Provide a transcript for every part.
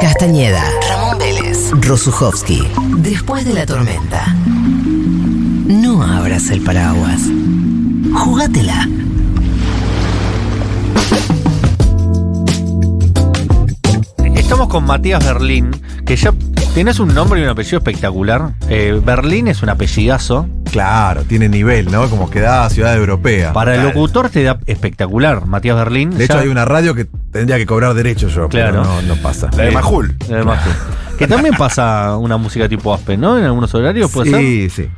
Castañeda, Ramón Vélez, Rosuchowski. Después de la tormenta. No abras el paraguas. Jugátela. Estamos con Matías Berlín, que ya tenés un nombre y un apellido espectacular. Eh, Berlín es un apellidazo. Claro, tiene nivel, ¿no? Como que da ciudad europea. Para el locutor te da espectacular, Matías Berlín. De hecho, Ya- hay una radio que tendría que cobrar derechos yo, Claro. pero no, no pasa. La de Eh, Majul. Además que- que también pasa una música tipo Aspen, ¿no? En algunos horarios puede ser. sí, sí.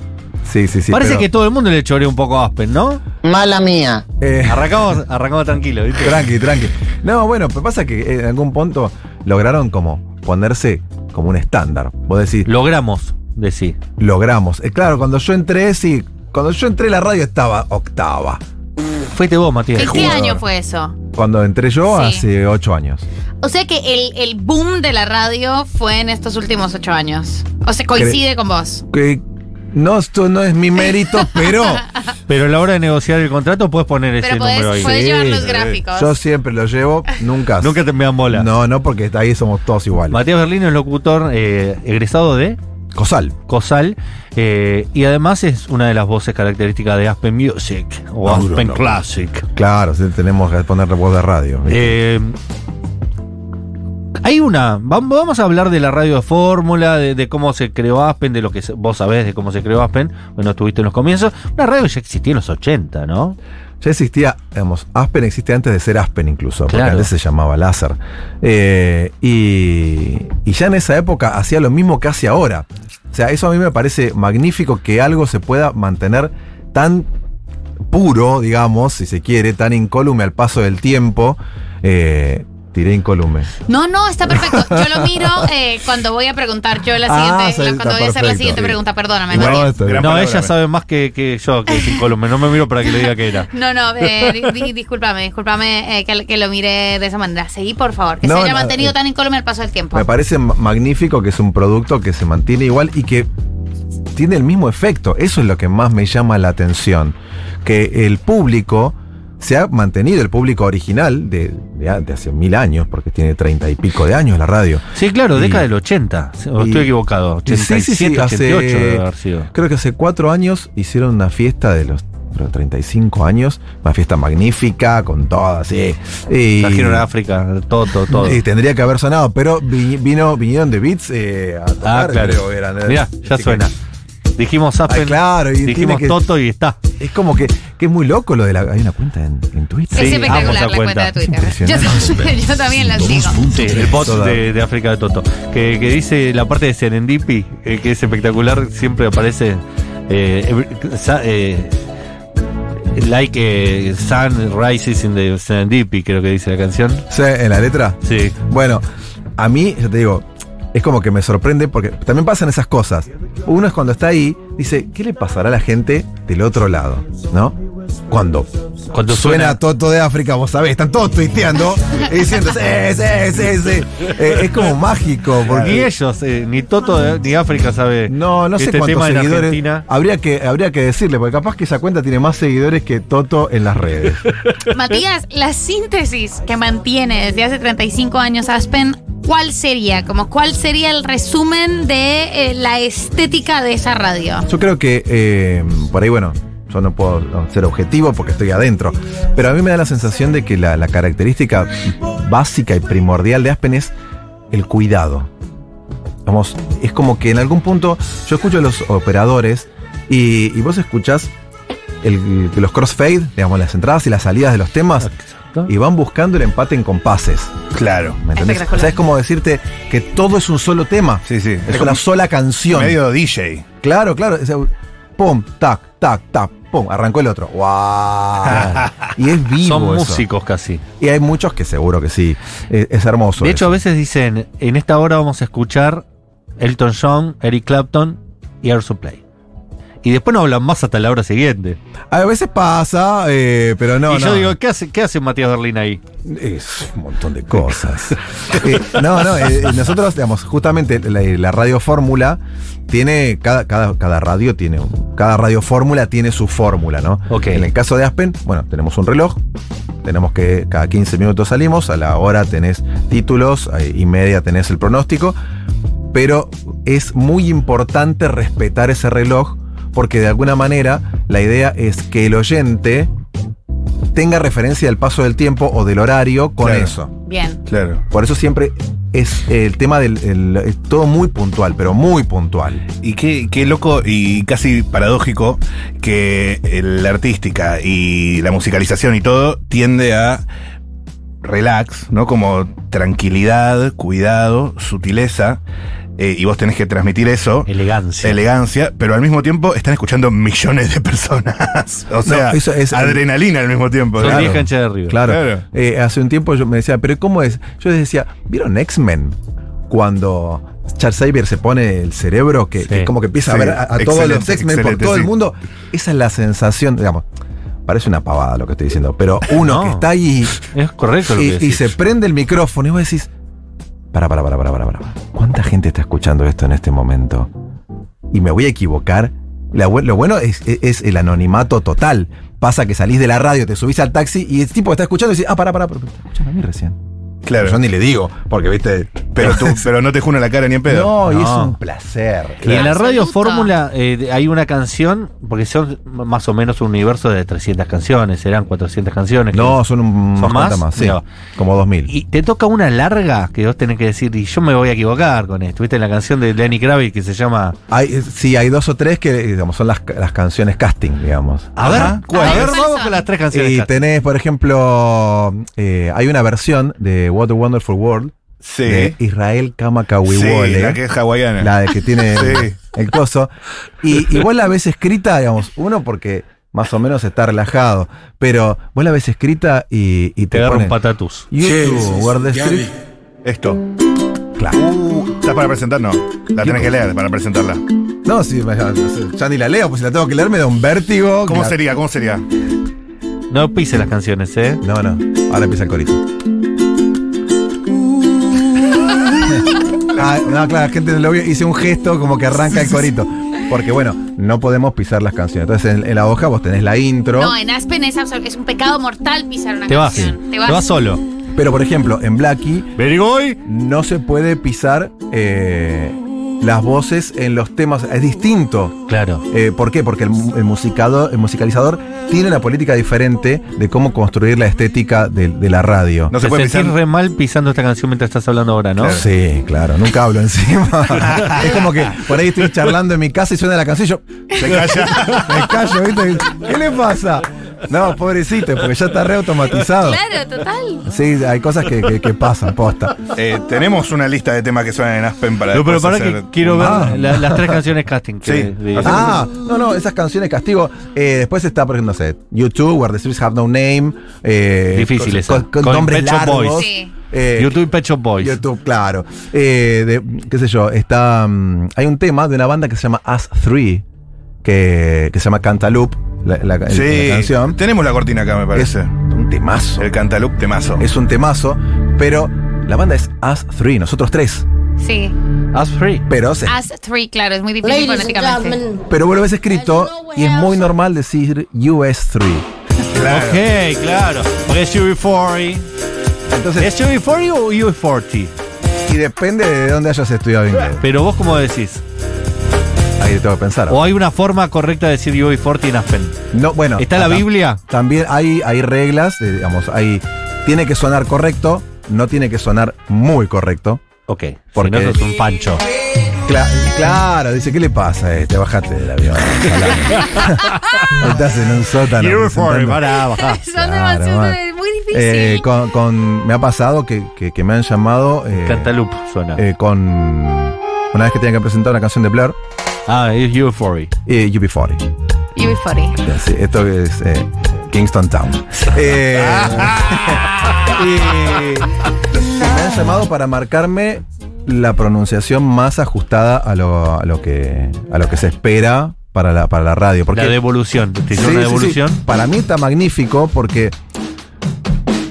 Sí, sí, sí. Parece que todo el mundo le chorea un poco a Aspen, ¿no? Mala mía. que. Arrancamos, arrancamos tranquilo, ¿viste? eh, Tranqui, tranqui. No, bueno, pero pasa que en algún punto lograron como ponerse como un estándar. Vos decís, Logramos, decir. logramos. Eh, claro, cuando yo entré, sí, cuando yo entré la radio estaba octava. Fuiste vos, Matías. ¿En qué Este año fue eso? Cuando entré yo Sí. hace ocho años. O sea que el, el boom de la radio fue en estos últimos ocho años. O sea, coincide con vos. Que no, esto no es mi mérito, pero Pero a la hora de negociar el contrato puedes poner ese Pero podés, número ahí. podés Sí, llevar los sí. gráficos. eh, yo siempre lo llevo, nunca. Nunca te me dan bola. No, no, porque ahí somos todos iguales. Matías Berlín es locutor eh, egresado de Cosal. COSAL eh, y además es una de las voces características de Aspen Music o Duro, Aspen loco. Classic. Claro, sí, tenemos que ponerle voz de radio. ¿viste? Eh, hay una. vam- Vamos a hablar de la radio de fórmula, de, de cómo se creó Aspen, de lo que se- vos sabés de cómo se creó Aspen. Bueno, estuviste en los comienzos. Una radio que ya existía en los 80, ¿no? Ya existía, digamos, Aspen existe antes de ser Aspen incluso, porque Claro. antes se llamaba Láser. Eh, y, y ya en esa época hacía lo mismo que hace ahora. O sea, eso a mí me parece magnífico que algo se pueda mantener tan puro, digamos, si se quiere, tan incólume al paso del tiempo. Eh, tiré incólume. No, no, está perfecto. Yo lo miro eh, cuando voy a preguntar yo la Ah, siguiente, está lo- cuando voy a hacer la perfecto. siguiente Sí. pregunta, perdóname. Igual- Matías. está Gran no, palabra, ella ¿eh? me- sabe más que, que yo, que es incólume. No me miro para que le diga que era. No, no, eh, di- di- discúlpame, discúlpame eh, que, que lo mire de esa manera. Seguí, por favor, que No, se haya no, mantenido eh, tan incólume al paso del tiempo. Me parece ma- magnífico que es un producto que se mantiene igual y que tiene el mismo efecto. Eso es lo que más me llama la atención. Que el público se ha mantenido, el público original de, de a- de hace mil años, porque tiene treinta y pico de años la radio. Sí, claro, Y- década del 80. O y- estoy equivocado. Sí, sí, 87, sí, hace- 88 debe haber sido. Creo que hace cuatro años hicieron una fiesta de los creo, 35 años, una fiesta magnífica, con todo así. Y- Trajeron a África, todo, todo, todo. Y tendría que haber sonado, pero vi- vino, vinieron de Beats eh, a Ah, tocar, claro. creo que eran, eh. Mirá, ya Así que- suena. Dijimos Aspen, Ay, claro, y tiene dijimos que- Toto y está. Es como que, que es muy loco lo de la. Hay una cuenta en, en Twitter. es Sí, amo espectacular esa la cuenta cuenta. de Twitter. Yo, Impresionante. yo también la sigo. Sí, el bot Toda- de, de África de Toto. Que, que dice la parte de Serendipi, eh, que es espectacular, siempre aparece. eh, every- sa- eh, like eh, Sun Rises in the Serendipi, creo que dice la canción. Sí, en la letra. Sí. Bueno, a mí, ya te digo, es como que me sorprende porque también pasan esas cosas. Uno es cuando está ahí, dice, ¿qué le pasará a la gente del otro lado? ¿No? Cuando, Cuando suena, suena- Toto de África, vos sabés, están todos tuiteando y diciendo, sí, sí, sí, sí. Eh, es como mágico. Ni Porque ellos, eh, ni Toto eh, ni África sabe. No, no sé este cuántos tema en seguidores. Argentina. Habría que, habría que decirle, porque capaz que esa cuenta tiene más seguidores que Toto en las redes. Matías, la síntesis que mantiene desde hace 35 años Aspen, ¿cuál sería? Como, ¿Cuál sería el resumen de eh, la estética de esa radio? Yo creo que eh, por ahí, bueno, yo no puedo ser objetivo porque estoy adentro, pero a mí me da la sensación de que la, la característica básica y primordial de Aspen es el cuidado. Vamos, es como que en algún punto yo escucho a los operadores y, y vos escuchás el- los crossfade, digamos, las entradas y las salidas de los temas y van buscando el empate en compases. Claro. ¿Me entendés? Espectacular. O sea, es como decirte que todo es un solo tema. Sí, sí. Es como una sola canción. medio DJ. Claro, claro. o sea, pum, tac, tac, tac, pum. Arrancó el otro. ¡Wow! y es vivo. Son eso. músicos casi. Y hay muchos que seguro que sí. Es, es hermoso. De hecho, a eso. veces dicen, en esta hora vamos a escuchar Elton John, Eric Clapton y Air Supply. y después no hablan más hasta la hora siguiente. A veces pasa, eh, pero no. y yo no. digo, ¿qué hace, qué hace Matías Berlín ahí? Es un montón de cosas. Eh, no, no, eh, eh, nosotros, digamos, justamente la, la radio fórmula tiene, cada, cada, cada radio tiene, un- cada radio fórmula tiene su fórmula, ¿no? Ok. En el caso de Aspen, bueno, tenemos un reloj, tenemos que cada 15 minutos salimos, a la hora tenés títulos, a- y media tenés el pronóstico, pero es muy importante respetar ese reloj porque de alguna manera la idea es que el oyente tenga referencia del paso del tiempo o del horario con Claro. eso. Bien. Claro. Por eso siempre es el tema del el- es todo muy puntual, pero muy puntual. Y qué, qué loco y casi paradójico que el- la artística y la musicalización y todo tiende a relax, ¿no? Como tranquilidad, cuidado, sutileza. eh, y vos tenés que transmitir eso, Elegancia. elegancia, pero al mismo tiempo están escuchando millones de personas. O sea, eso es- adrenalina al mismo tiempo. Son claro. 10 canchas de River. Claro. Claro. Eh, hace un tiempo yo me decía, pero ¿cómo es? Yo les decía, ¿vieron X-Men? Cuando Charles Xavier se pone el cerebro, que, Sí. que como que empieza Sí, a ver a, a todos excelente, los X-Men por excelente, todo el sí. mundo. Esa es la sensación, digamos. Parece una pavada lo que estoy diciendo, pero uno No. que está ahí Es correcto lo que y, y decís. se prende el micrófono y vos decís, para, para, para, para, para, para. ¿Cuánta gente está escuchando esto en este momento? Y me voy a equivocar. La bu- lo bueno es, es- es el anonimato total. Pasa que salís de la radio, te subís al taxi y el tipo está escuchando y dice, ah, para, para, para, pero está escuchando a mí recién. Claro. Yo ni le digo, porque viste. Pero, tú, pero no te juna la cara ni en pedo. No, y es No. un placer. Y en la radio Absoluta. fórmula eh, de- hay una canción, porque son m- más o menos un universo de 300 canciones, serán 400 canciones. No, son un ¿Son unas cuantas más? más, sí. Mirá. Como 2000. Y te toca una larga que vos tenés que decir, y yo me voy a equivocar con esto. ¿Viste la canción de Lenny Kravitz que se llama... Hay, sí, hay dos o tres que digamos, son las, ca- las canciones casting, digamos. A Ajá. ver, ¿cuál? A A ver, ver, ¿cuáles vamos son? con las tres canciones. Y Kat. tenés, por ejemplo, eh, hay una versión de What a Wonderful World Sí. de Israel Sí, Kamakawiwole, la que es hawaiana. la de que tiene Sí. el coso. Y, y vos la ves escrita, digamos, uno porque más o menos está relajado, pero vos la ves escrita y, y te te, agarra pone un patatús. YouTube, Word the Street. Esto. Claro. Uh, ¿Estás para presentar? No. La tenés que leer para presentarla. No, sí, me- ya, ya ni la leo, pues si la tengo que leer me da un vértigo. ¿Cómo La- sería? ¿Cómo sería? No pise las canciones, ¿eh? No, no. Ahora empieza el corito. Ah, no, claro, gente lo vio. Hice un gesto como que arranca el corito. Porque bueno, no podemos pisar las canciones. Entonces en, en la hoja vos tenés la intro. No, en Aspen es, absol- es un pecado mortal pisar una Te vas. canción. Te vas solo. Pero por ejemplo, en Blackie Berigoy. no se puede pisar eh, las voces en los temas. Es distinto. Claro. Eh, ¿Por qué? Porque el, mu- el musicado- el musicalizador tiene una política diferente de cómo construir la estética de, de la radio. No se te puede sentís pisar. re mal pisando esta canción mientras estás hablando ahora, ¿no? Sí, claro, nunca hablo encima. es como que por ahí estoy charlando en mi casa y suena la canción y yo Se calla. me callo, ¿viste? ¿Qué le pasa? No, pobrecito, porque ya está re automatizado. Claro, total. Sí, hay cosas que, que- que pasan, posta. Eh, tenemos una lista de temas que suenan en Aspen para. No, pero después para hacer- que quiero ver Ah. la- las tres canciones casting. que- Sí. de- Hacemos Ah, no, no, esas canciones castigo. eh, después está, por ejemplo, no sé, YouTube, Where the Streets Have No Name. eh, Difícil esa. Con, con Con nombres Pet Shop largos. Boys. Sí. eh, Ah, YouTube y Pecho Boys. YouTube, claro. Eh, de- qué sé yo, está. mm, hay un tema de una banda que se llama Us 3, que, que se llama Cantaloupe, la, la- el- Sí. la canción. Tenemos la cortina acá, me Es parece. un temazo. El Cantaloupe temazo. Es un temazo, pero la banda es Us 3, nosotros tres. Sí. As free. Pero, se- As three, claro, es muy difícil Ladies and fonéticamente. gentlemen, pero vos lo ves escrito y es muy normal decir US 3. Claro. Ok, claro. Porque es UB40. Entonces, ¿Es UB40 o UB40? y depende de dónde hayas estudiado inglés. Pero vos, ¿cómo decís? Ahí tengo que pensar. ¿O hay una forma correcta de decir UB40 en Aspen? No, bueno. ¿Está la acá. Biblia? También hay, hay reglas, eh, digamos, hay, tiene que sonar correcto, no tiene que sonar muy correcto. Ok. ¿Por Porque qué? no sos un pancho. Cla- claro, dice, ¿qué le pasa a este? Bajate del avión. salame. Estás en un sótano. presentando. para bajar. Son Claro, demasiado, man. es muy difícil. Eh, con, con- me ha pasado que, que- que me han llamado eh, Cantaloupe suena. eh, con... Una vez que tenía que presentar una canción de Blur, Ah, es UB40. eh, UB40. UB40. Sí, Esto es eh, Kingston Town. Eh, y- y me han llamado para marcarme la pronunciación más ajustada a lo, a lo, que, a lo que se espera para la, para la radio. Porque la devolución. ¿Te hicieron Sí, una sí, sí. devolución? Para mí está magnífico porque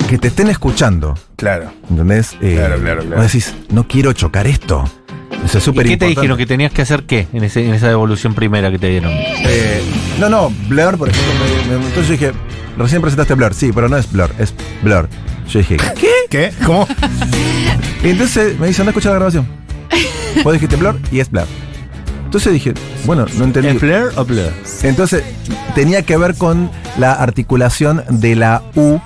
que te estén escuchando, Claro. ¿entendés? Eh, Claro, claro, claro. vos decís, no quiero chocar esto. Eso es ¿Y súper qué te dijeron? importante. ¿Que tenías que hacer qué en, ese- en esa devolución primera que te dieron? Eh, no, no, Blur, por ejemplo, me- me- entonces yo dije, recién presentaste Blur, sí, pero no es Blur, es Blur. Yo dije, ¿qué? ¿Qué? ¿Cómo? Y entonces me dicen, no escuché la grabación. Vos dijiste Blur y es Blur. Entonces dije, bueno, no entendí. Blur o Blur? Entonces, tenía que ver con la articulación de la U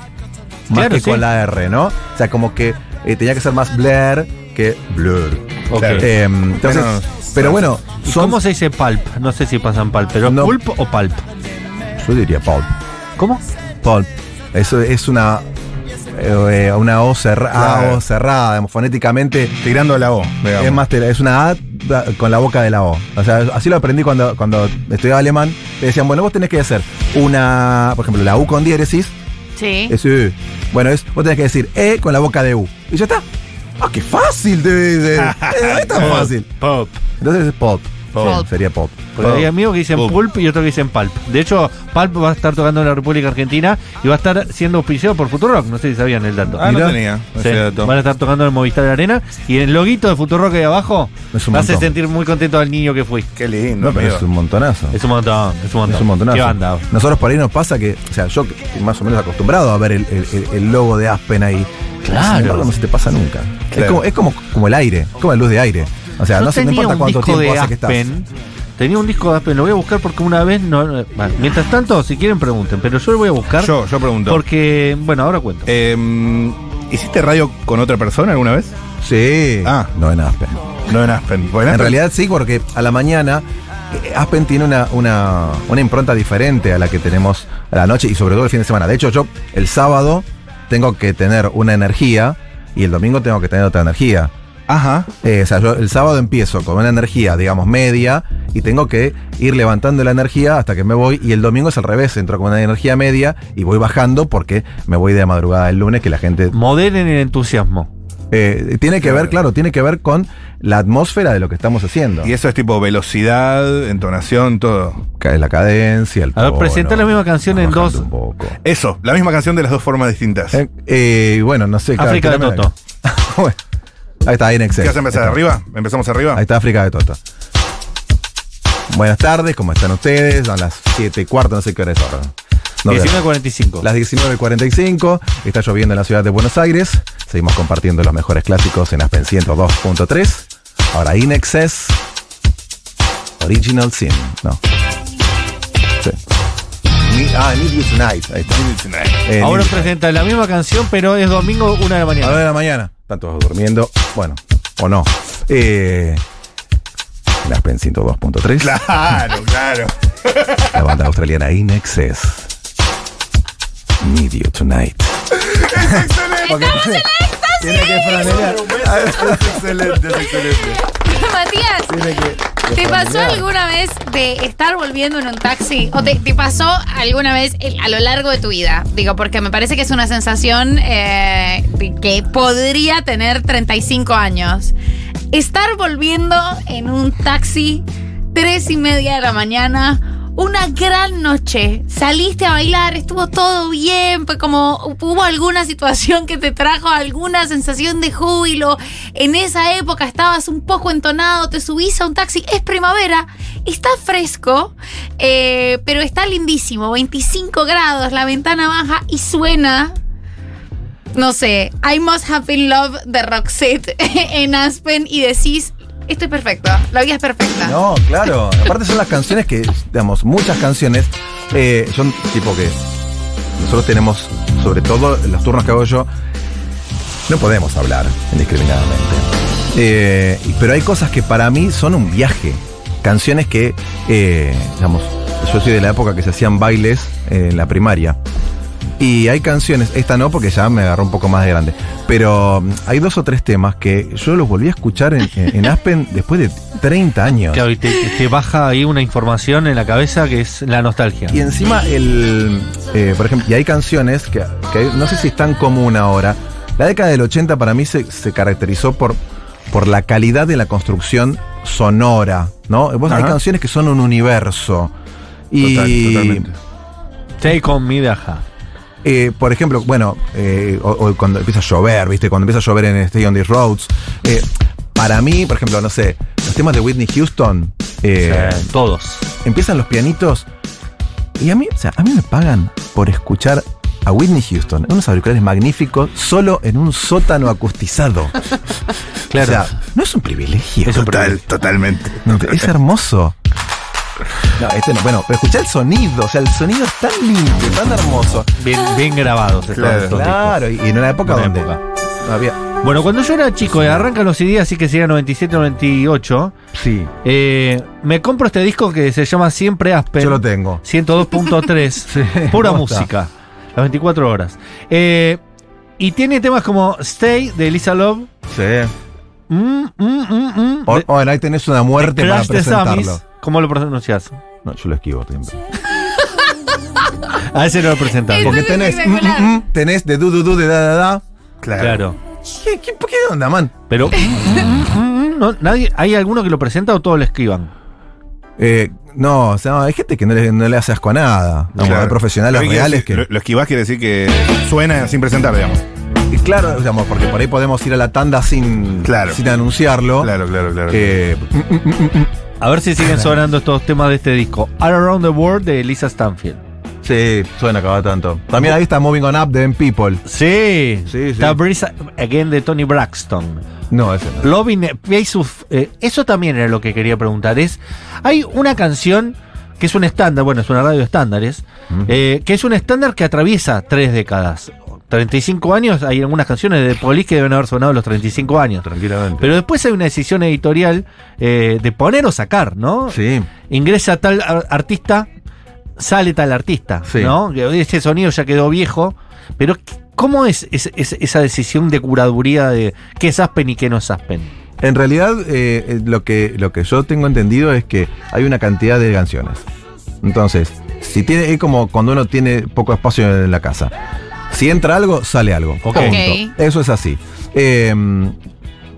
más Claro, que sí. con la R, ¿no? O sea, como que eh, tenía que ser más Blair que Blur. Ok. Claro. Eh, entonces, Bueno, pero bueno, ¿Y son, ¿Cómo se dice pulp? No sé si pasan pulp, pero No. ¿pulp o pulp? yo diría Paul. ¿Cómo? Paul. Eso es una eh, una O cerra- A, Claro. O cerrada, digamos, fonéticamente Tirando la O, digamos. es más tela- es una A da- con la boca de la O. O sea, así lo aprendí cuando cuando estudiaba alemán, te decían, bueno, vos tenés que hacer una, por ejemplo, la U con diéresis Sí. Es U. Bueno, es, vos tenés que decir E con la boca de U. Y ya está. ¡Ah, qué fácil! Te dicen. Eh, no es tan fácil. Pop. Entonces es pop. Pop. Sería pop. Porque Pulp. hay amigos que dicen Pulp. pulp y otros que dicen pulp. De hecho, pulp va a estar tocando en la República Argentina y va a estar siendo auspiciado por Futurock. No sé si sabían el dato. Ah, no Mirá. tenía. Sí, ese dato. van a estar tocando en el Movistar Arena y el loguito de Futurock ahí abajo Es un me hace montón. sentir muy contento al niño que fui. Qué lindo, No, pero amigo. es un montonazo. Es un montón, es un montón. Es un montonazo. Qué banda. Nosotros por ahí nos pasa que, o sea, yo que estoy más o menos acostumbrado a ver el, el- el- el logo de Aspen ahí. Claro. Sin embargo, no se te pasa nunca. Es, Claro. como, es como, como el aire, como la luz de aire. O sea, Yo no, se, no tenía importa un cuánto disco tiempo de hace que estás. Aspen. Tenía un disco de Aspen, lo voy a buscar porque una vez no. no- bueno, mientras tanto, si quieren pregunten, pero yo lo voy a buscar Yo, yo pregunto. porque, bueno, ahora cuento. Eh, Em, ¿Hiciste radio con otra persona alguna vez? Sí. Ah. No en Aspen. No en Aspen. Bueno, En Aspen- realidad sí, porque a la mañana eh, Aspen tiene una, una, una impronta diferente a la que tenemos a la noche y sobre todo el fin de semana. De hecho, yo el sábado tengo que tener una energía y el domingo tengo que tener otra energía. Ajá. Eh, o sea, yo el sábado empiezo con una energía, digamos, media, y tengo que ir levantando la energía hasta que me voy, y el domingo es al revés, entro con una energía media y voy bajando porque me voy de madrugada el lunes, que la gente Moderen el entusiasmo. eh, tiene que ver, Claro. claro, tiene que ver con la atmósfera de lo que estamos haciendo. Y eso es tipo velocidad, entonación, todo. Cae la cadencia, el A ver, tono, presenta la misma canción en Oh, bajando dos. un poco. Eso, la misma canción de las dos formas distintas. Eh, eh, bueno, no sé. claro, África de tirame la- Toto. Bueno, ahí está, ahí en Excel. ¿Qué haces? ¿Empezar Ahí está. arriba? ¿Empezamos arriba? Ahí está África de Toto. Buenas tardes, ¿cómo están ustedes? Son las 7 y cuarto, no sé qué hora es ahora. No veo. 1945. Las 19.45, está lloviendo en la ciudad de Buenos Aires. Seguimos compartiendo los mejores clásicos en Aspen 102.3. Ahora Inexcess. Original Sin. No. Sí. Me- ah, Need You Tonight. Ahí está. Eh, Ahora Need You presenta la misma canción, pero es domingo, una de la A mañana. la hora de la mañana. Están todos durmiendo. Bueno, o no. Eh, en Aspen 102.3. Claro, claro. La banda australiana In Excess. Need You Tonight. Porque- Tiene que franelear. Ah, Es excelente, es excelente. Matías, Tiene que- ¿te pasó franelear. alguna vez de estar volviendo en un taxi? ¿O te, te pasó alguna vez el- a lo largo de tu vida? Digo, porque me parece que es una sensación eh, de que podría tener 35 años. Estar volviendo en un taxi, tres y media de la mañana. Una gran noche, saliste a bailar, estuvo todo bien, fue como hubo alguna situación que te trajo alguna sensación de júbilo, en esa época estabas un poco entonado, te subís a un taxi, es primavera, está fresco, eh, pero está lindísimo, 25 grados, la ventana baja y suena, no sé, I Must Have Been Love de Roxette en Aspen y decís, estoy perfecto, la vida es perfecta. No, claro. Aparte son las canciones que, digamos, muchas canciones eh, son tipo que nosotros tenemos, sobre todo en los turnos que hago yo, no podemos hablar indiscriminadamente. Eh, y- pero hay cosas que para mí son un viaje. Canciones que, eh, digamos, yo soy de la época que se hacían bailes eh, en la primaria. Y hay canciones, esta no porque ya me agarró un poco más de grande, pero mm, hay dos o tres temas que yo los volví a escuchar en, en- en Aspen después de 30 años. Claro, y te, te baja ahí una información en la cabeza que es la nostalgia. Y encima, el, eh, por ejemplo, y hay canciones que, que hay- no sé si es tan común ahora. La década del 80 para mí se, se caracterizó por, por la calidad de la construcción sonora ¿no? Vos hay Ajá. canciones que son un universo. Y, Total, totalmente. Take on me, Daja. eh, por ejemplo, bueno, eh, o, o cuando empieza a llover, ¿viste? Cuando empieza a llover en Stay on the Roads. eh, para mí, por ejemplo, no sé, los temas de Whitney Houston, eh, Eh, todos. empiezan los pianitos. Y a mí, o sea, a mí me pagan por escuchar a Whitney Houston, unos auriculares magníficos, solo en un sótano acustizado. Claro. O sea, no es un privilegio. Es un Total, totalmente. No, es hermoso. No, este no, bueno, pero escuchá el sonido, o sea, el sonido es tan limpio, tan hermoso. Bien, bien grabados. están Claro. estos discos. Claro, y, y en una época Una donde época. no había. Bueno, cuando yo era chico, eh, arrancan los CD, así que sería 97, 98. Sí, eh, me compro este disco que se llama Siempre Aspen. yo lo tengo. 102.3. pura posta. música. Las 24 horas. Eh, y tiene temas como Stay de Elisa Love. Sí. Mm, mm, mm, mm, O, de- o en ahí tenés una muerte de para Crash the presentarlo. Dummies. ¿Cómo lo pronuncias? No, yo lo esquivo siempre. A ese no lo presentas. Eso Porque es tenés, mm, espectacular. mm, mm, tenés de du du du de da da da. Claro. Claro. ¿Qué, qué, qué onda, man? Pero. mm, mm, mm, no, nadie, ¿Hay alguno que lo presenta o todos lo esquivan? Eh, no, o sea, hay gente que no le, no le hace asco a nada. Vamos Claro. hay profesionales Lo que quiere reales decir- que. Lo, lo esquivás quiere decir que suena sin presentar, digamos. Y claro, digamos, porque por ahí podemos ir a la tanda sin, Claro. sin anunciarlo. Claro, claro, claro. ¿Oh? Eh, A ver si siguen sonando estos temas de este disco. All Around the World de Elisa Stanfield. sí, suena cada tanto. También ahí está Moving On Up de M People. Sí. Sí, sí. Está Breeze Again de Tony Braxton. No, ese no. Loving a Place of- eh, eso también era lo que quería preguntar. Es, hay una canción que es un estándar, bueno, es una radio estándar, es, eh, que es un estándar que atraviesa tres décadas. 35 años, hay algunas canciones de Police que deben haber sonado a los 35 años. Tranquilamente. Pero después hay una decisión editorial eh, de poner o sacar, ¿no? Sí. Ingresa tal ar- artista, sale tal artista, Sí. ¿no? Que Ese sonido ya quedó viejo, pero ¿qué- ¿cómo es, es- es- esa decisión de curaduría de qué es Aspen y qué no es Aspen? En realidad, eh, eh, lo, que, lo que yo tengo entendido es que hay una cantidad de canciones. Entonces, si tiene, es como cuando uno tiene poco espacio en la casa. Si entra algo, sale algo. Punto. Ok. Eso es así. Eh,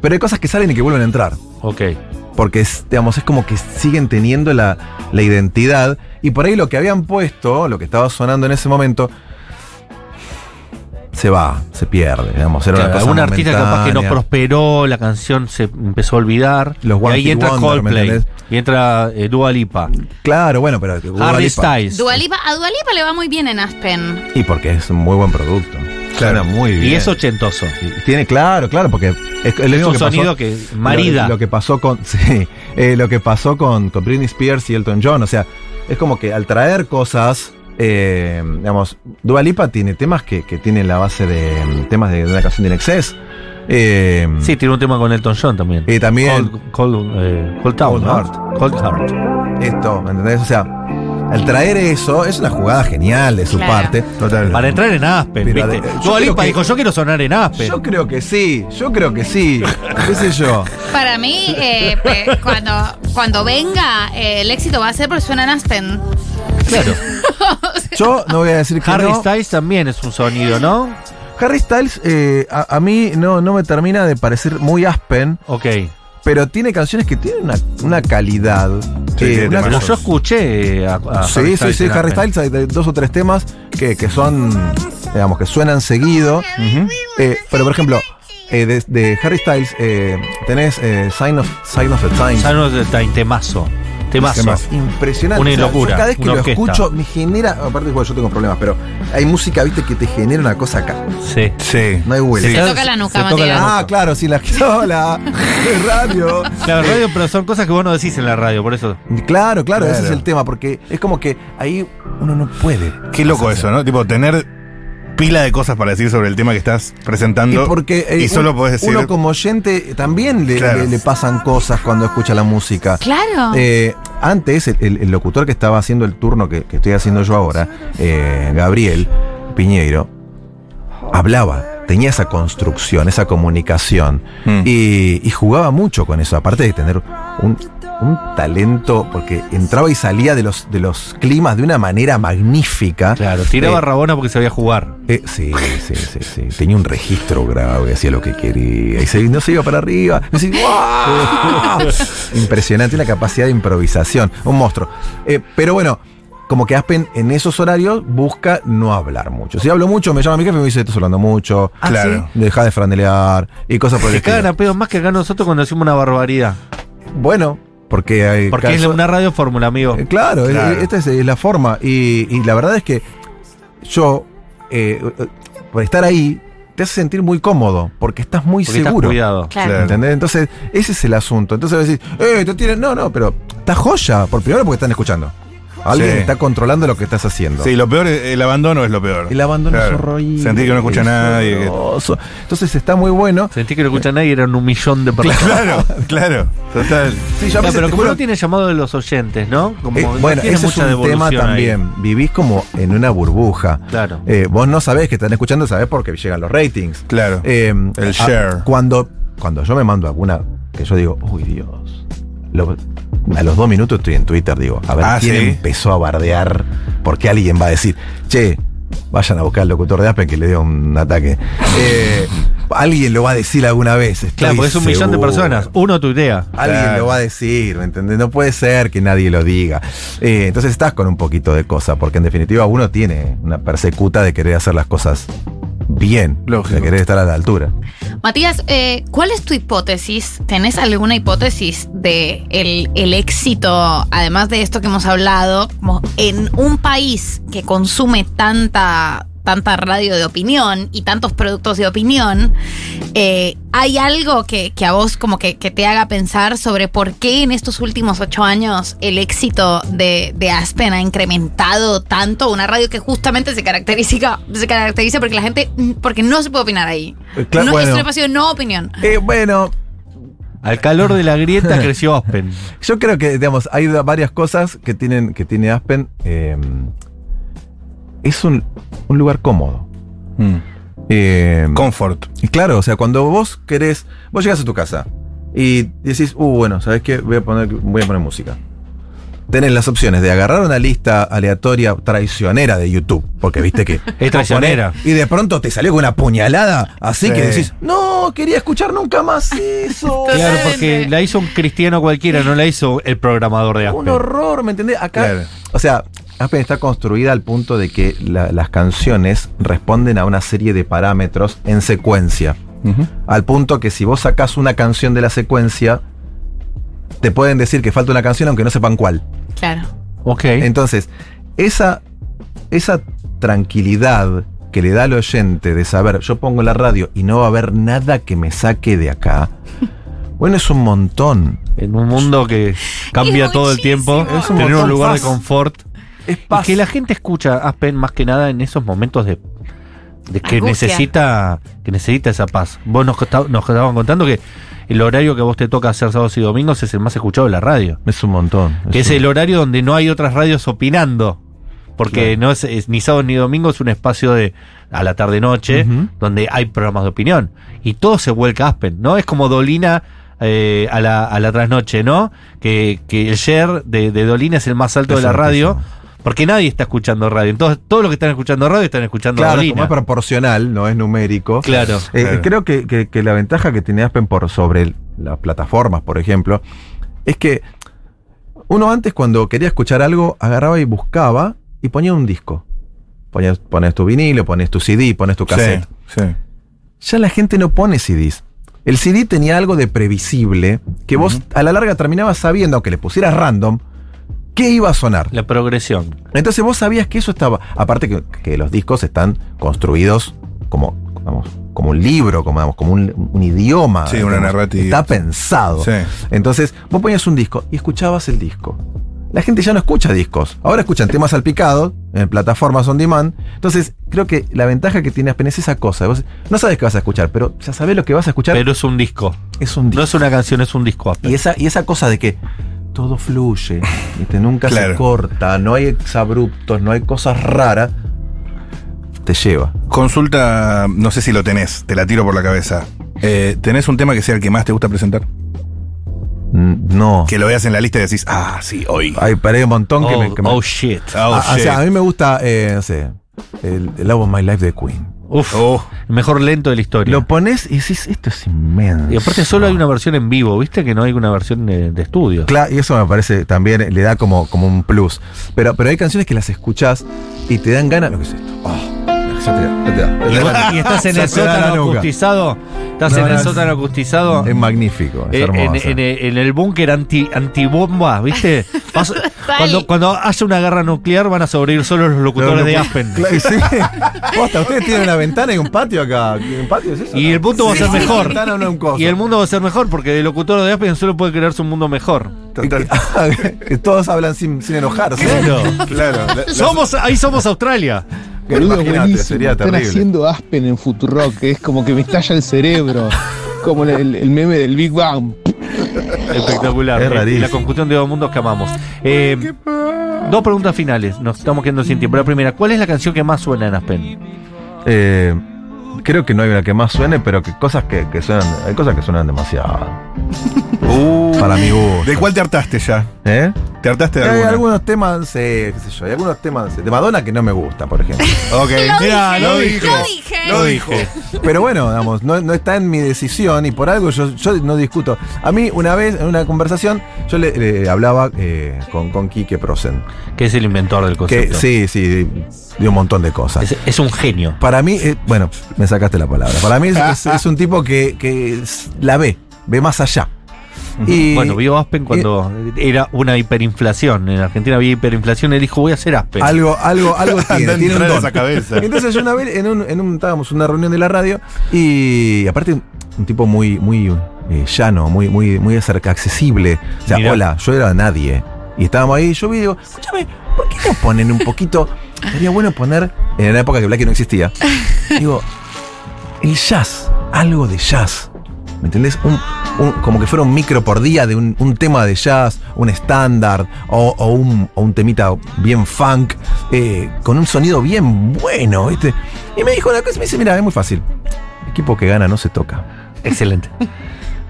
pero hay cosas que salen y que vuelven a entrar. Ok. Porque es, digamos, es como que siguen teniendo la, la identidad. Y por ahí lo que habían puesto, lo que estaba sonando en ese momento, se va, se pierde. Digamos, era una Claro, cosa algún artista capaz que no momentánea. prosperó, la canción se empezó a olvidar. Los y One ahí Hit entra Wonder, ¿me Coldplay. entendés? Y entra eh, Dua Lipa. Claro, bueno, pero. Dua Harry Lipa. Styles. Dualipa, a Dualipa le va muy bien en Aspen. Y porque es un muy buen producto. Claro. Suena muy bien. y es ochentoso. Y Tiene, claro, claro, porque es, es lo Es mismo un que sonido pasó, que marida. Lo, lo que pasó con. Sí, eh, lo que pasó con, con Britney Spears y Elton John. O sea, es como que al traer cosas. eh, digamos, Dua Lipa tiene temas que, que tienen la base de mm, temas de, de una canción de Inexcess. Eh, Sí, tiene un tema con Elton John también. Y también Cold, Cold, eh, Cold Town, Cold ¿no? Heart. Cold Heart. esto, ¿me ¿entendés? O sea, al traer eso, es una jugada genial de su Claro. parte. Total. Para entrar en Aspen, Pero ¿viste? ade- yo Dua creo Lipa que- dijo, yo quiero sonar en Aspen. Yo creo que sí, yo creo que sí. ¿Qué sé yo? Para mí, eh, eh, cuando, cuando venga, eh, el éxito va a ser porque suena en Aspen. Claro. Yo no voy a decir que Harry no. Styles también es un sonido, ¿no? Harry Styles eh, a, a mí no, no me termina de parecer muy Aspen, Ok. pero tiene canciones que tienen una, una calidad. Sí, eh, tiene una- temazos. Yo escuché a, a sí, sí, sí, en Harry Aspen. Styles, hay de- dos o tres temas que, que son, digamos, que suenan seguido. Eh, pero, por ejemplo, eh, de, de Harry Styles eh, tenés eh, Sign, of, Sign of the Times. Ya no es de- temazo. Temazo. Temazo. Impresionante. Una O sea, yo locura, cada vez que una lo orquesta. escucho me genera. Aparte, bueno, yo tengo problemas, pero hay música, viste, que te genera una cosa acá. Sí. Sí. No hay vuelta. Sí. Se toca la nuca, Se toca la Matías. nuca. Ah, claro, sí, la hola, es radio. Claro, radio, pero son cosas que vos no decís en la radio, por eso. Claro, claro, ese es Claro. el tema, porque es como que ahí uno no puede. Qué loco eso, ¿no? Tipo, tener pila de cosas para decir sobre el tema que estás Y presentando. porque eh, y un- solo podés decir. uno como oyente también le, Claro. le- le pasan cosas cuando escucha la música. Claro. Eh, antes, el, el- el locutor que estaba haciendo el turno que, que estoy haciendo yo ahora, eh, Gabriel Piñeiro, hablaba, tenía esa construcción, esa comunicación. Mm. Y, y jugaba mucho con eso, aparte de tener un un talento, porque entraba y salía de los, de los climas de una manera magnífica. Claro, tiraba Eh, rabona porque sabía jugar. eh, sí, sí, sí, sí. Tenía un registro grave, hacía lo que quería. Y se, no se iba para arriba. Y se- ¡guau! Impresionante, una capacidad de improvisación. Un monstruo. Eh, pero bueno, como que Aspen en esos horarios busca no hablar mucho. Si hablo mucho, me llama mi jefe y me dice, estás hablando mucho. Ah, Claro. Deja de franelear y cosas por el Se cagan estilo. a pedos más que acá nosotros cuando hacemos una barbaridad. Bueno, porque hay Porque es casos- una radio fórmula, amigo. Eh, Claro, eh, Claro. esta es, eh, la forma. Y, y la verdad es que yo, eh, eh, por estar ahí, te hace sentir muy cómodo, porque estás muy Porque estás seguro. cuidado. Claro. Claro. ¿Entendés? Entonces, ese es el asunto. Entonces vos decís, eh, te tienen. No, no, pero está joya, por primero porque están escuchando. Alguien Sí. está controlando lo que estás haciendo. Sí, lo peor, es- el abandono es lo peor. El abandono Claro. es horrible. Sentir que no escucha a es nadie. que- horroroso. Entonces está muy bueno. Sentí que no escucha nadie, eran un millón de personas. Claro, claro. Total. Sí, yo Ya, a veces pero te como juro- no tiene llamado de los oyentes, ¿no? Como Eh, no bueno, tiene ese es mucha un tema devolución ahí. también. Vivís como en una burbuja. Claro. Eh, vos no sabés que están escuchando, sabés porque llegan los ratings. Claro. Eh, El a- share. cuando, cuando yo me mando alguna que yo digo, uy Dios. lo- a los dos minutos estoy en Twitter, digo, a ver Ah, quién ¿sí? empezó a bardear. Porque alguien va a decir, che, vayan a buscar al locutor de Aspen que le dio un ataque. Eh, alguien lo va a decir alguna vez. estoy Claro, porque es un millón de seguro. Uh, personas. Uno tuitea. Alguien Claro. lo va a decir, ¿me entendés? No puede ser que nadie lo diga. Eh, entonces estás con un poquito de cosa, porque en definitiva uno tiene una persecuta de querer hacer las cosas bien, Lógico. de querer estar a la altura. Matías, eh, ¿cuál es tu hipótesis? ¿Tenés alguna hipótesis de el, el éxito, además de esto que hemos hablado, como en un país que consume tanta, tanta radio de opinión y tantos productos de opinión? eh, ¿Hay algo que, que a vos como que, que te haga pensar sobre por qué en estos últimos ocho años el éxito de, de Aspen ha incrementado tanto? Una radio que justamente se caracteriza, se caracteriza porque la gente, mm, porque no se puede opinar ahí. Eh, claro, no, bueno. Es un espacio de no opinión. Eh, bueno, Al calor de la grieta creció Aspen. yo creo que, digamos, hay da- varias cosas que, tienen, que tiene Aspen. Eh, es un, un lugar cómodo. Mm. Eh, Comfort. Y Claro, o sea, cuando vos querés, vos llegás a tu casa y decís, uh, bueno, ¿sabés qué? Voy a poner, voy a poner música. Tenés las opciones de agarrar una lista aleatoria traicionera de YouTube, porque viste que... Es traicionera. Y de pronto te salió con una puñalada, así Sí. que decís, no, quería escuchar nunca más eso. Claro, Totalmente. porque la hizo un cristiano cualquiera, no la hizo el programador de Un Aspen. horror, ¿me entendés? Acá. Claro. O sea, Aspen está construida al punto de que la- las canciones responden a una serie de parámetros en secuencia. Al punto que si vos sacás una canción de la secuencia, te pueden decir que falta una canción aunque no sepan cuál. Claro. Ok. Entonces, esa, esa tranquilidad que le da al oyente de saber, yo pongo la radio y no va a haber nada que me saque de acá, bueno, es un montón. En un mundo que cambia Es todo el tiempo, muchísimo. Es un tener un montón lugar de paz. confort. Es Y paz. que la gente escucha Aspen más que nada en esos momentos de, de que Angustia. necesita que necesita esa paz. Vos nos, costa- nos estaban contando que el horario que a vos te toca hacer sábados y domingos es el más escuchado de la radio. Es un montón. Que es un- el horario donde no hay otras radios opinando. Porque no es, es ni sábado ni domingo, es un espacio de a la tarde noche Ujú. donde hay programas de opinión. Y todo se vuelca a Aspen, ¿no? Es como Dolina eh, a, la, a la trasnoche, ¿no? Que, que el share de, de Dolina es el más alto Es de la radio. altísimo. Porque nadie está escuchando radio. Entonces, todos los que están escuchando radio están escuchando Claro, como Dolina. es proporcional, no es numérico. Claro. Eh, Claro. Creo que, que- que la ventaja que tiene Aspen por sobre el- las plataformas, por ejemplo, es que uno antes cuando quería escuchar algo, agarraba y buscaba y ponía un disco. Ponías, pones tu vinilo, pones tu CD, pones tu cassette. Sí, sí. Ya la gente no pone CDs. El CD tenía algo de previsible que vos Ujú. a la larga terminabas sabiendo, aunque le pusieras random, qué iba a sonar. La progresión. Entonces vos sabías que eso estaba. Aparte que, que los discos están construidos como, vamos, como un libro, como, digamos, como un, un idioma. Sí, una digamos. narrativa. Está pensado. Sí. Entonces, vos ponías un disco y escuchabas el disco. La gente ya no escucha discos. Ahora escuchan temas salpicados en plataformas on demand. Entonces, creo que la ventaja que tiene Aspen es esa cosa. Vos no sabes qué vas a escuchar, pero ya sabés lo que vas a escuchar. Pero es un disco. es un disco. No es una canción, es un disco Aspen. Y esa, y esa cosa de que todo fluye, ¿viste? nunca Claro. se corta, no hay exabruptos, no hay cosas raras, te lleva. Consulta, no sé si lo tenés, te la tiro por la cabeza. Eh, ¿Tenés un tema que sea el que más te gusta presentar? No. Que lo veas en la lista y decís, ah, sí, hoy. Hay paré un montón que Oh, me. que me- oh, shit. Ah, Ah, o shit. sea, a mí me gusta, eh, no sé, el, el Love of My Life de Queen. Uf, Oh. el mejor lento de la historia. Lo pones y dices, esto es inmenso. y aparte solo hay una versión en vivo, ¿viste? Que no hay una versión de, de estudio. Cla- y eso me parece también eh, le da como, como un plus. Pero, pero hay canciones que las escuchás y te dan ganas. Lo que es esto. Oh, ya te da, ya te da. Y, bueno, y estás en Ya el te da la sótano nuca. acustizado. Estás No, en no, el es- sótano acustizado. Es magnífico, es Eh, en, hermoso. en- en el búnker anti antibomba, ¿viste? Vas- cuando, cuando haya una guerra nuclear van a sobrevivir solo los Lo- lo- locutores de Aspen. Claro, y sí. Posta, ustedes tienen una ventana y un patio acá. ¿Un patio es eso? Y no? el punto va a ser una mejor. ventana, una- un coso. Y el mundo va a ser mejor porque el locutor de Aspen solo puede crearse un mundo mejor. Total. Que Todos hablan sin, sin enojarse. Claro. claro. la- la- Somos, ahí somos Australia. Boludo, Imagínate, buenísimo. sería Están terrible. haciendo Aspen en Futurock, que es como que me estalla el cerebro. Como el- el- el meme del Big Bang. Espectacular. Es Eh, rarísimo. La conjunción de dos mundos que amamos. Eh, dos preguntas finales. Nos estamos quedando sin tiempo. La primera, ¿cuál es la canción que más suena en Aspen? Eh, creo que no hay una que más suene, pero que cosas que, que suenan. Hay cosas que suenan demasiado. Uh. para mi gusto. ¿De cuál te hartaste ya? ¿Eh? ¿Te hartaste de Hay alguna? algunos temas, eh, qué sé yo, hay algunos temas de Madonna que no me gusta, por ejemplo. Ok. Lo dije, lo lo dijo. dije. Lo dijo. Pero bueno, digamos, no, no está en mi decisión y por algo yo, yo no discuto. A mí, una vez, en una conversación, yo le, le hablaba eh, con, con Quique Prosen. Que es el inventor del Que concepto. sí, sí, de, de un montón de cosas. Es, es un genio. Para mí, eh, bueno, me sacaste la palabra. Para mí es, es- es un tipo que, que es- la ve, ve más allá. Y, bueno, vio Aspen cuando era una hiperinflación. En Argentina había hiperinflación. Él dijo, voy a hacer Aspen. Algo, algo, algo tiene, Anda tiene un entrar don. esa cabeza. Entonces yo una vez en un, en un- estábamos en una reunión de la radio y aparte un, un tipo muy, muy eh, llano, muy, muy, muy acerca, accesible. O sea, Mirá. hola, yo era nadie. Y estábamos ahí, yo vi y digo, escúchame, ¿por qué no ponen un poquito? Estaría bueno poner, en una época que Blacky no existía, digo, el jazz, algo de jazz. ¿Me entendés? Un- un- como que fuera un micro por día de un, un tema de jazz, un estándar o, o un, o un temita bien funk, eh, con un sonido bien bueno, ¿viste? Y me dijo una cosa, me dice, mira, es muy fácil. Equipo que gana no se toca. Excelente.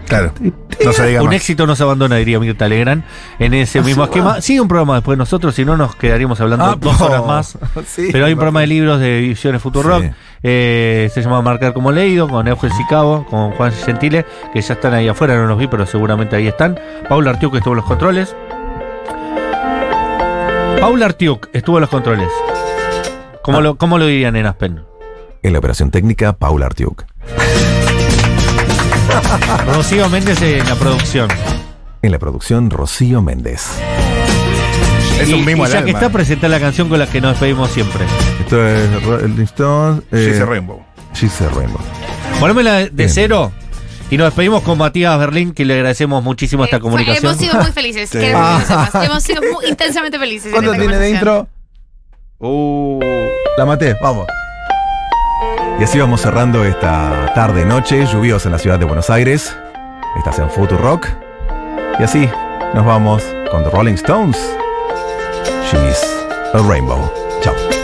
Claro. No se diga un más. éxito no se abandona, diría Mirta Legrand, en ese mismo esquema. Sigue un programa después de nosotros, si no nos quedaríamos hablando dos po. horas más. Sí, Pero hay un imagínate. programa de libros de ediciones Futurock, Sí. eh, se llama Marcar como leído, con Eugen Sicabo, con Juan Gentile, que ya están ahí afuera, no los vi, pero seguramente ahí están. Paula Artiuk estuvo en los controles. Paula Artiuk estuvo en los controles. Ah. ¿Cómo, lo, ¿Cómo lo dirían en Aspen? En la operación técnica, Paula Artiuk. Rocío Méndez en la producción. En la producción, Rocío Méndez. Es y, un mimo y ya al que alma. eh. está presentar la canción con la que nos despedimos siempre. Esto es Rolling Stones. Jesse Rainbow. Gise Rainbow. Ponémela de Bien. cero y nos despedimos con Matías Berlín, que le agradecemos muchísimo esta Eh, fue- comunicación. Hemos sido muy felices. Sí. que Ah. sepas. Hemos sido muy intensamente felices. en ¿Cuánto esta tiene de conversación. intro? Uh. La maté, vamos. Y así vamos cerrando esta tarde, noche, lluviosa en la ciudad de Buenos Aires. Estás en Future Rock. Y así nos vamos con The Rolling Stones. She's a Rainbow. Chao.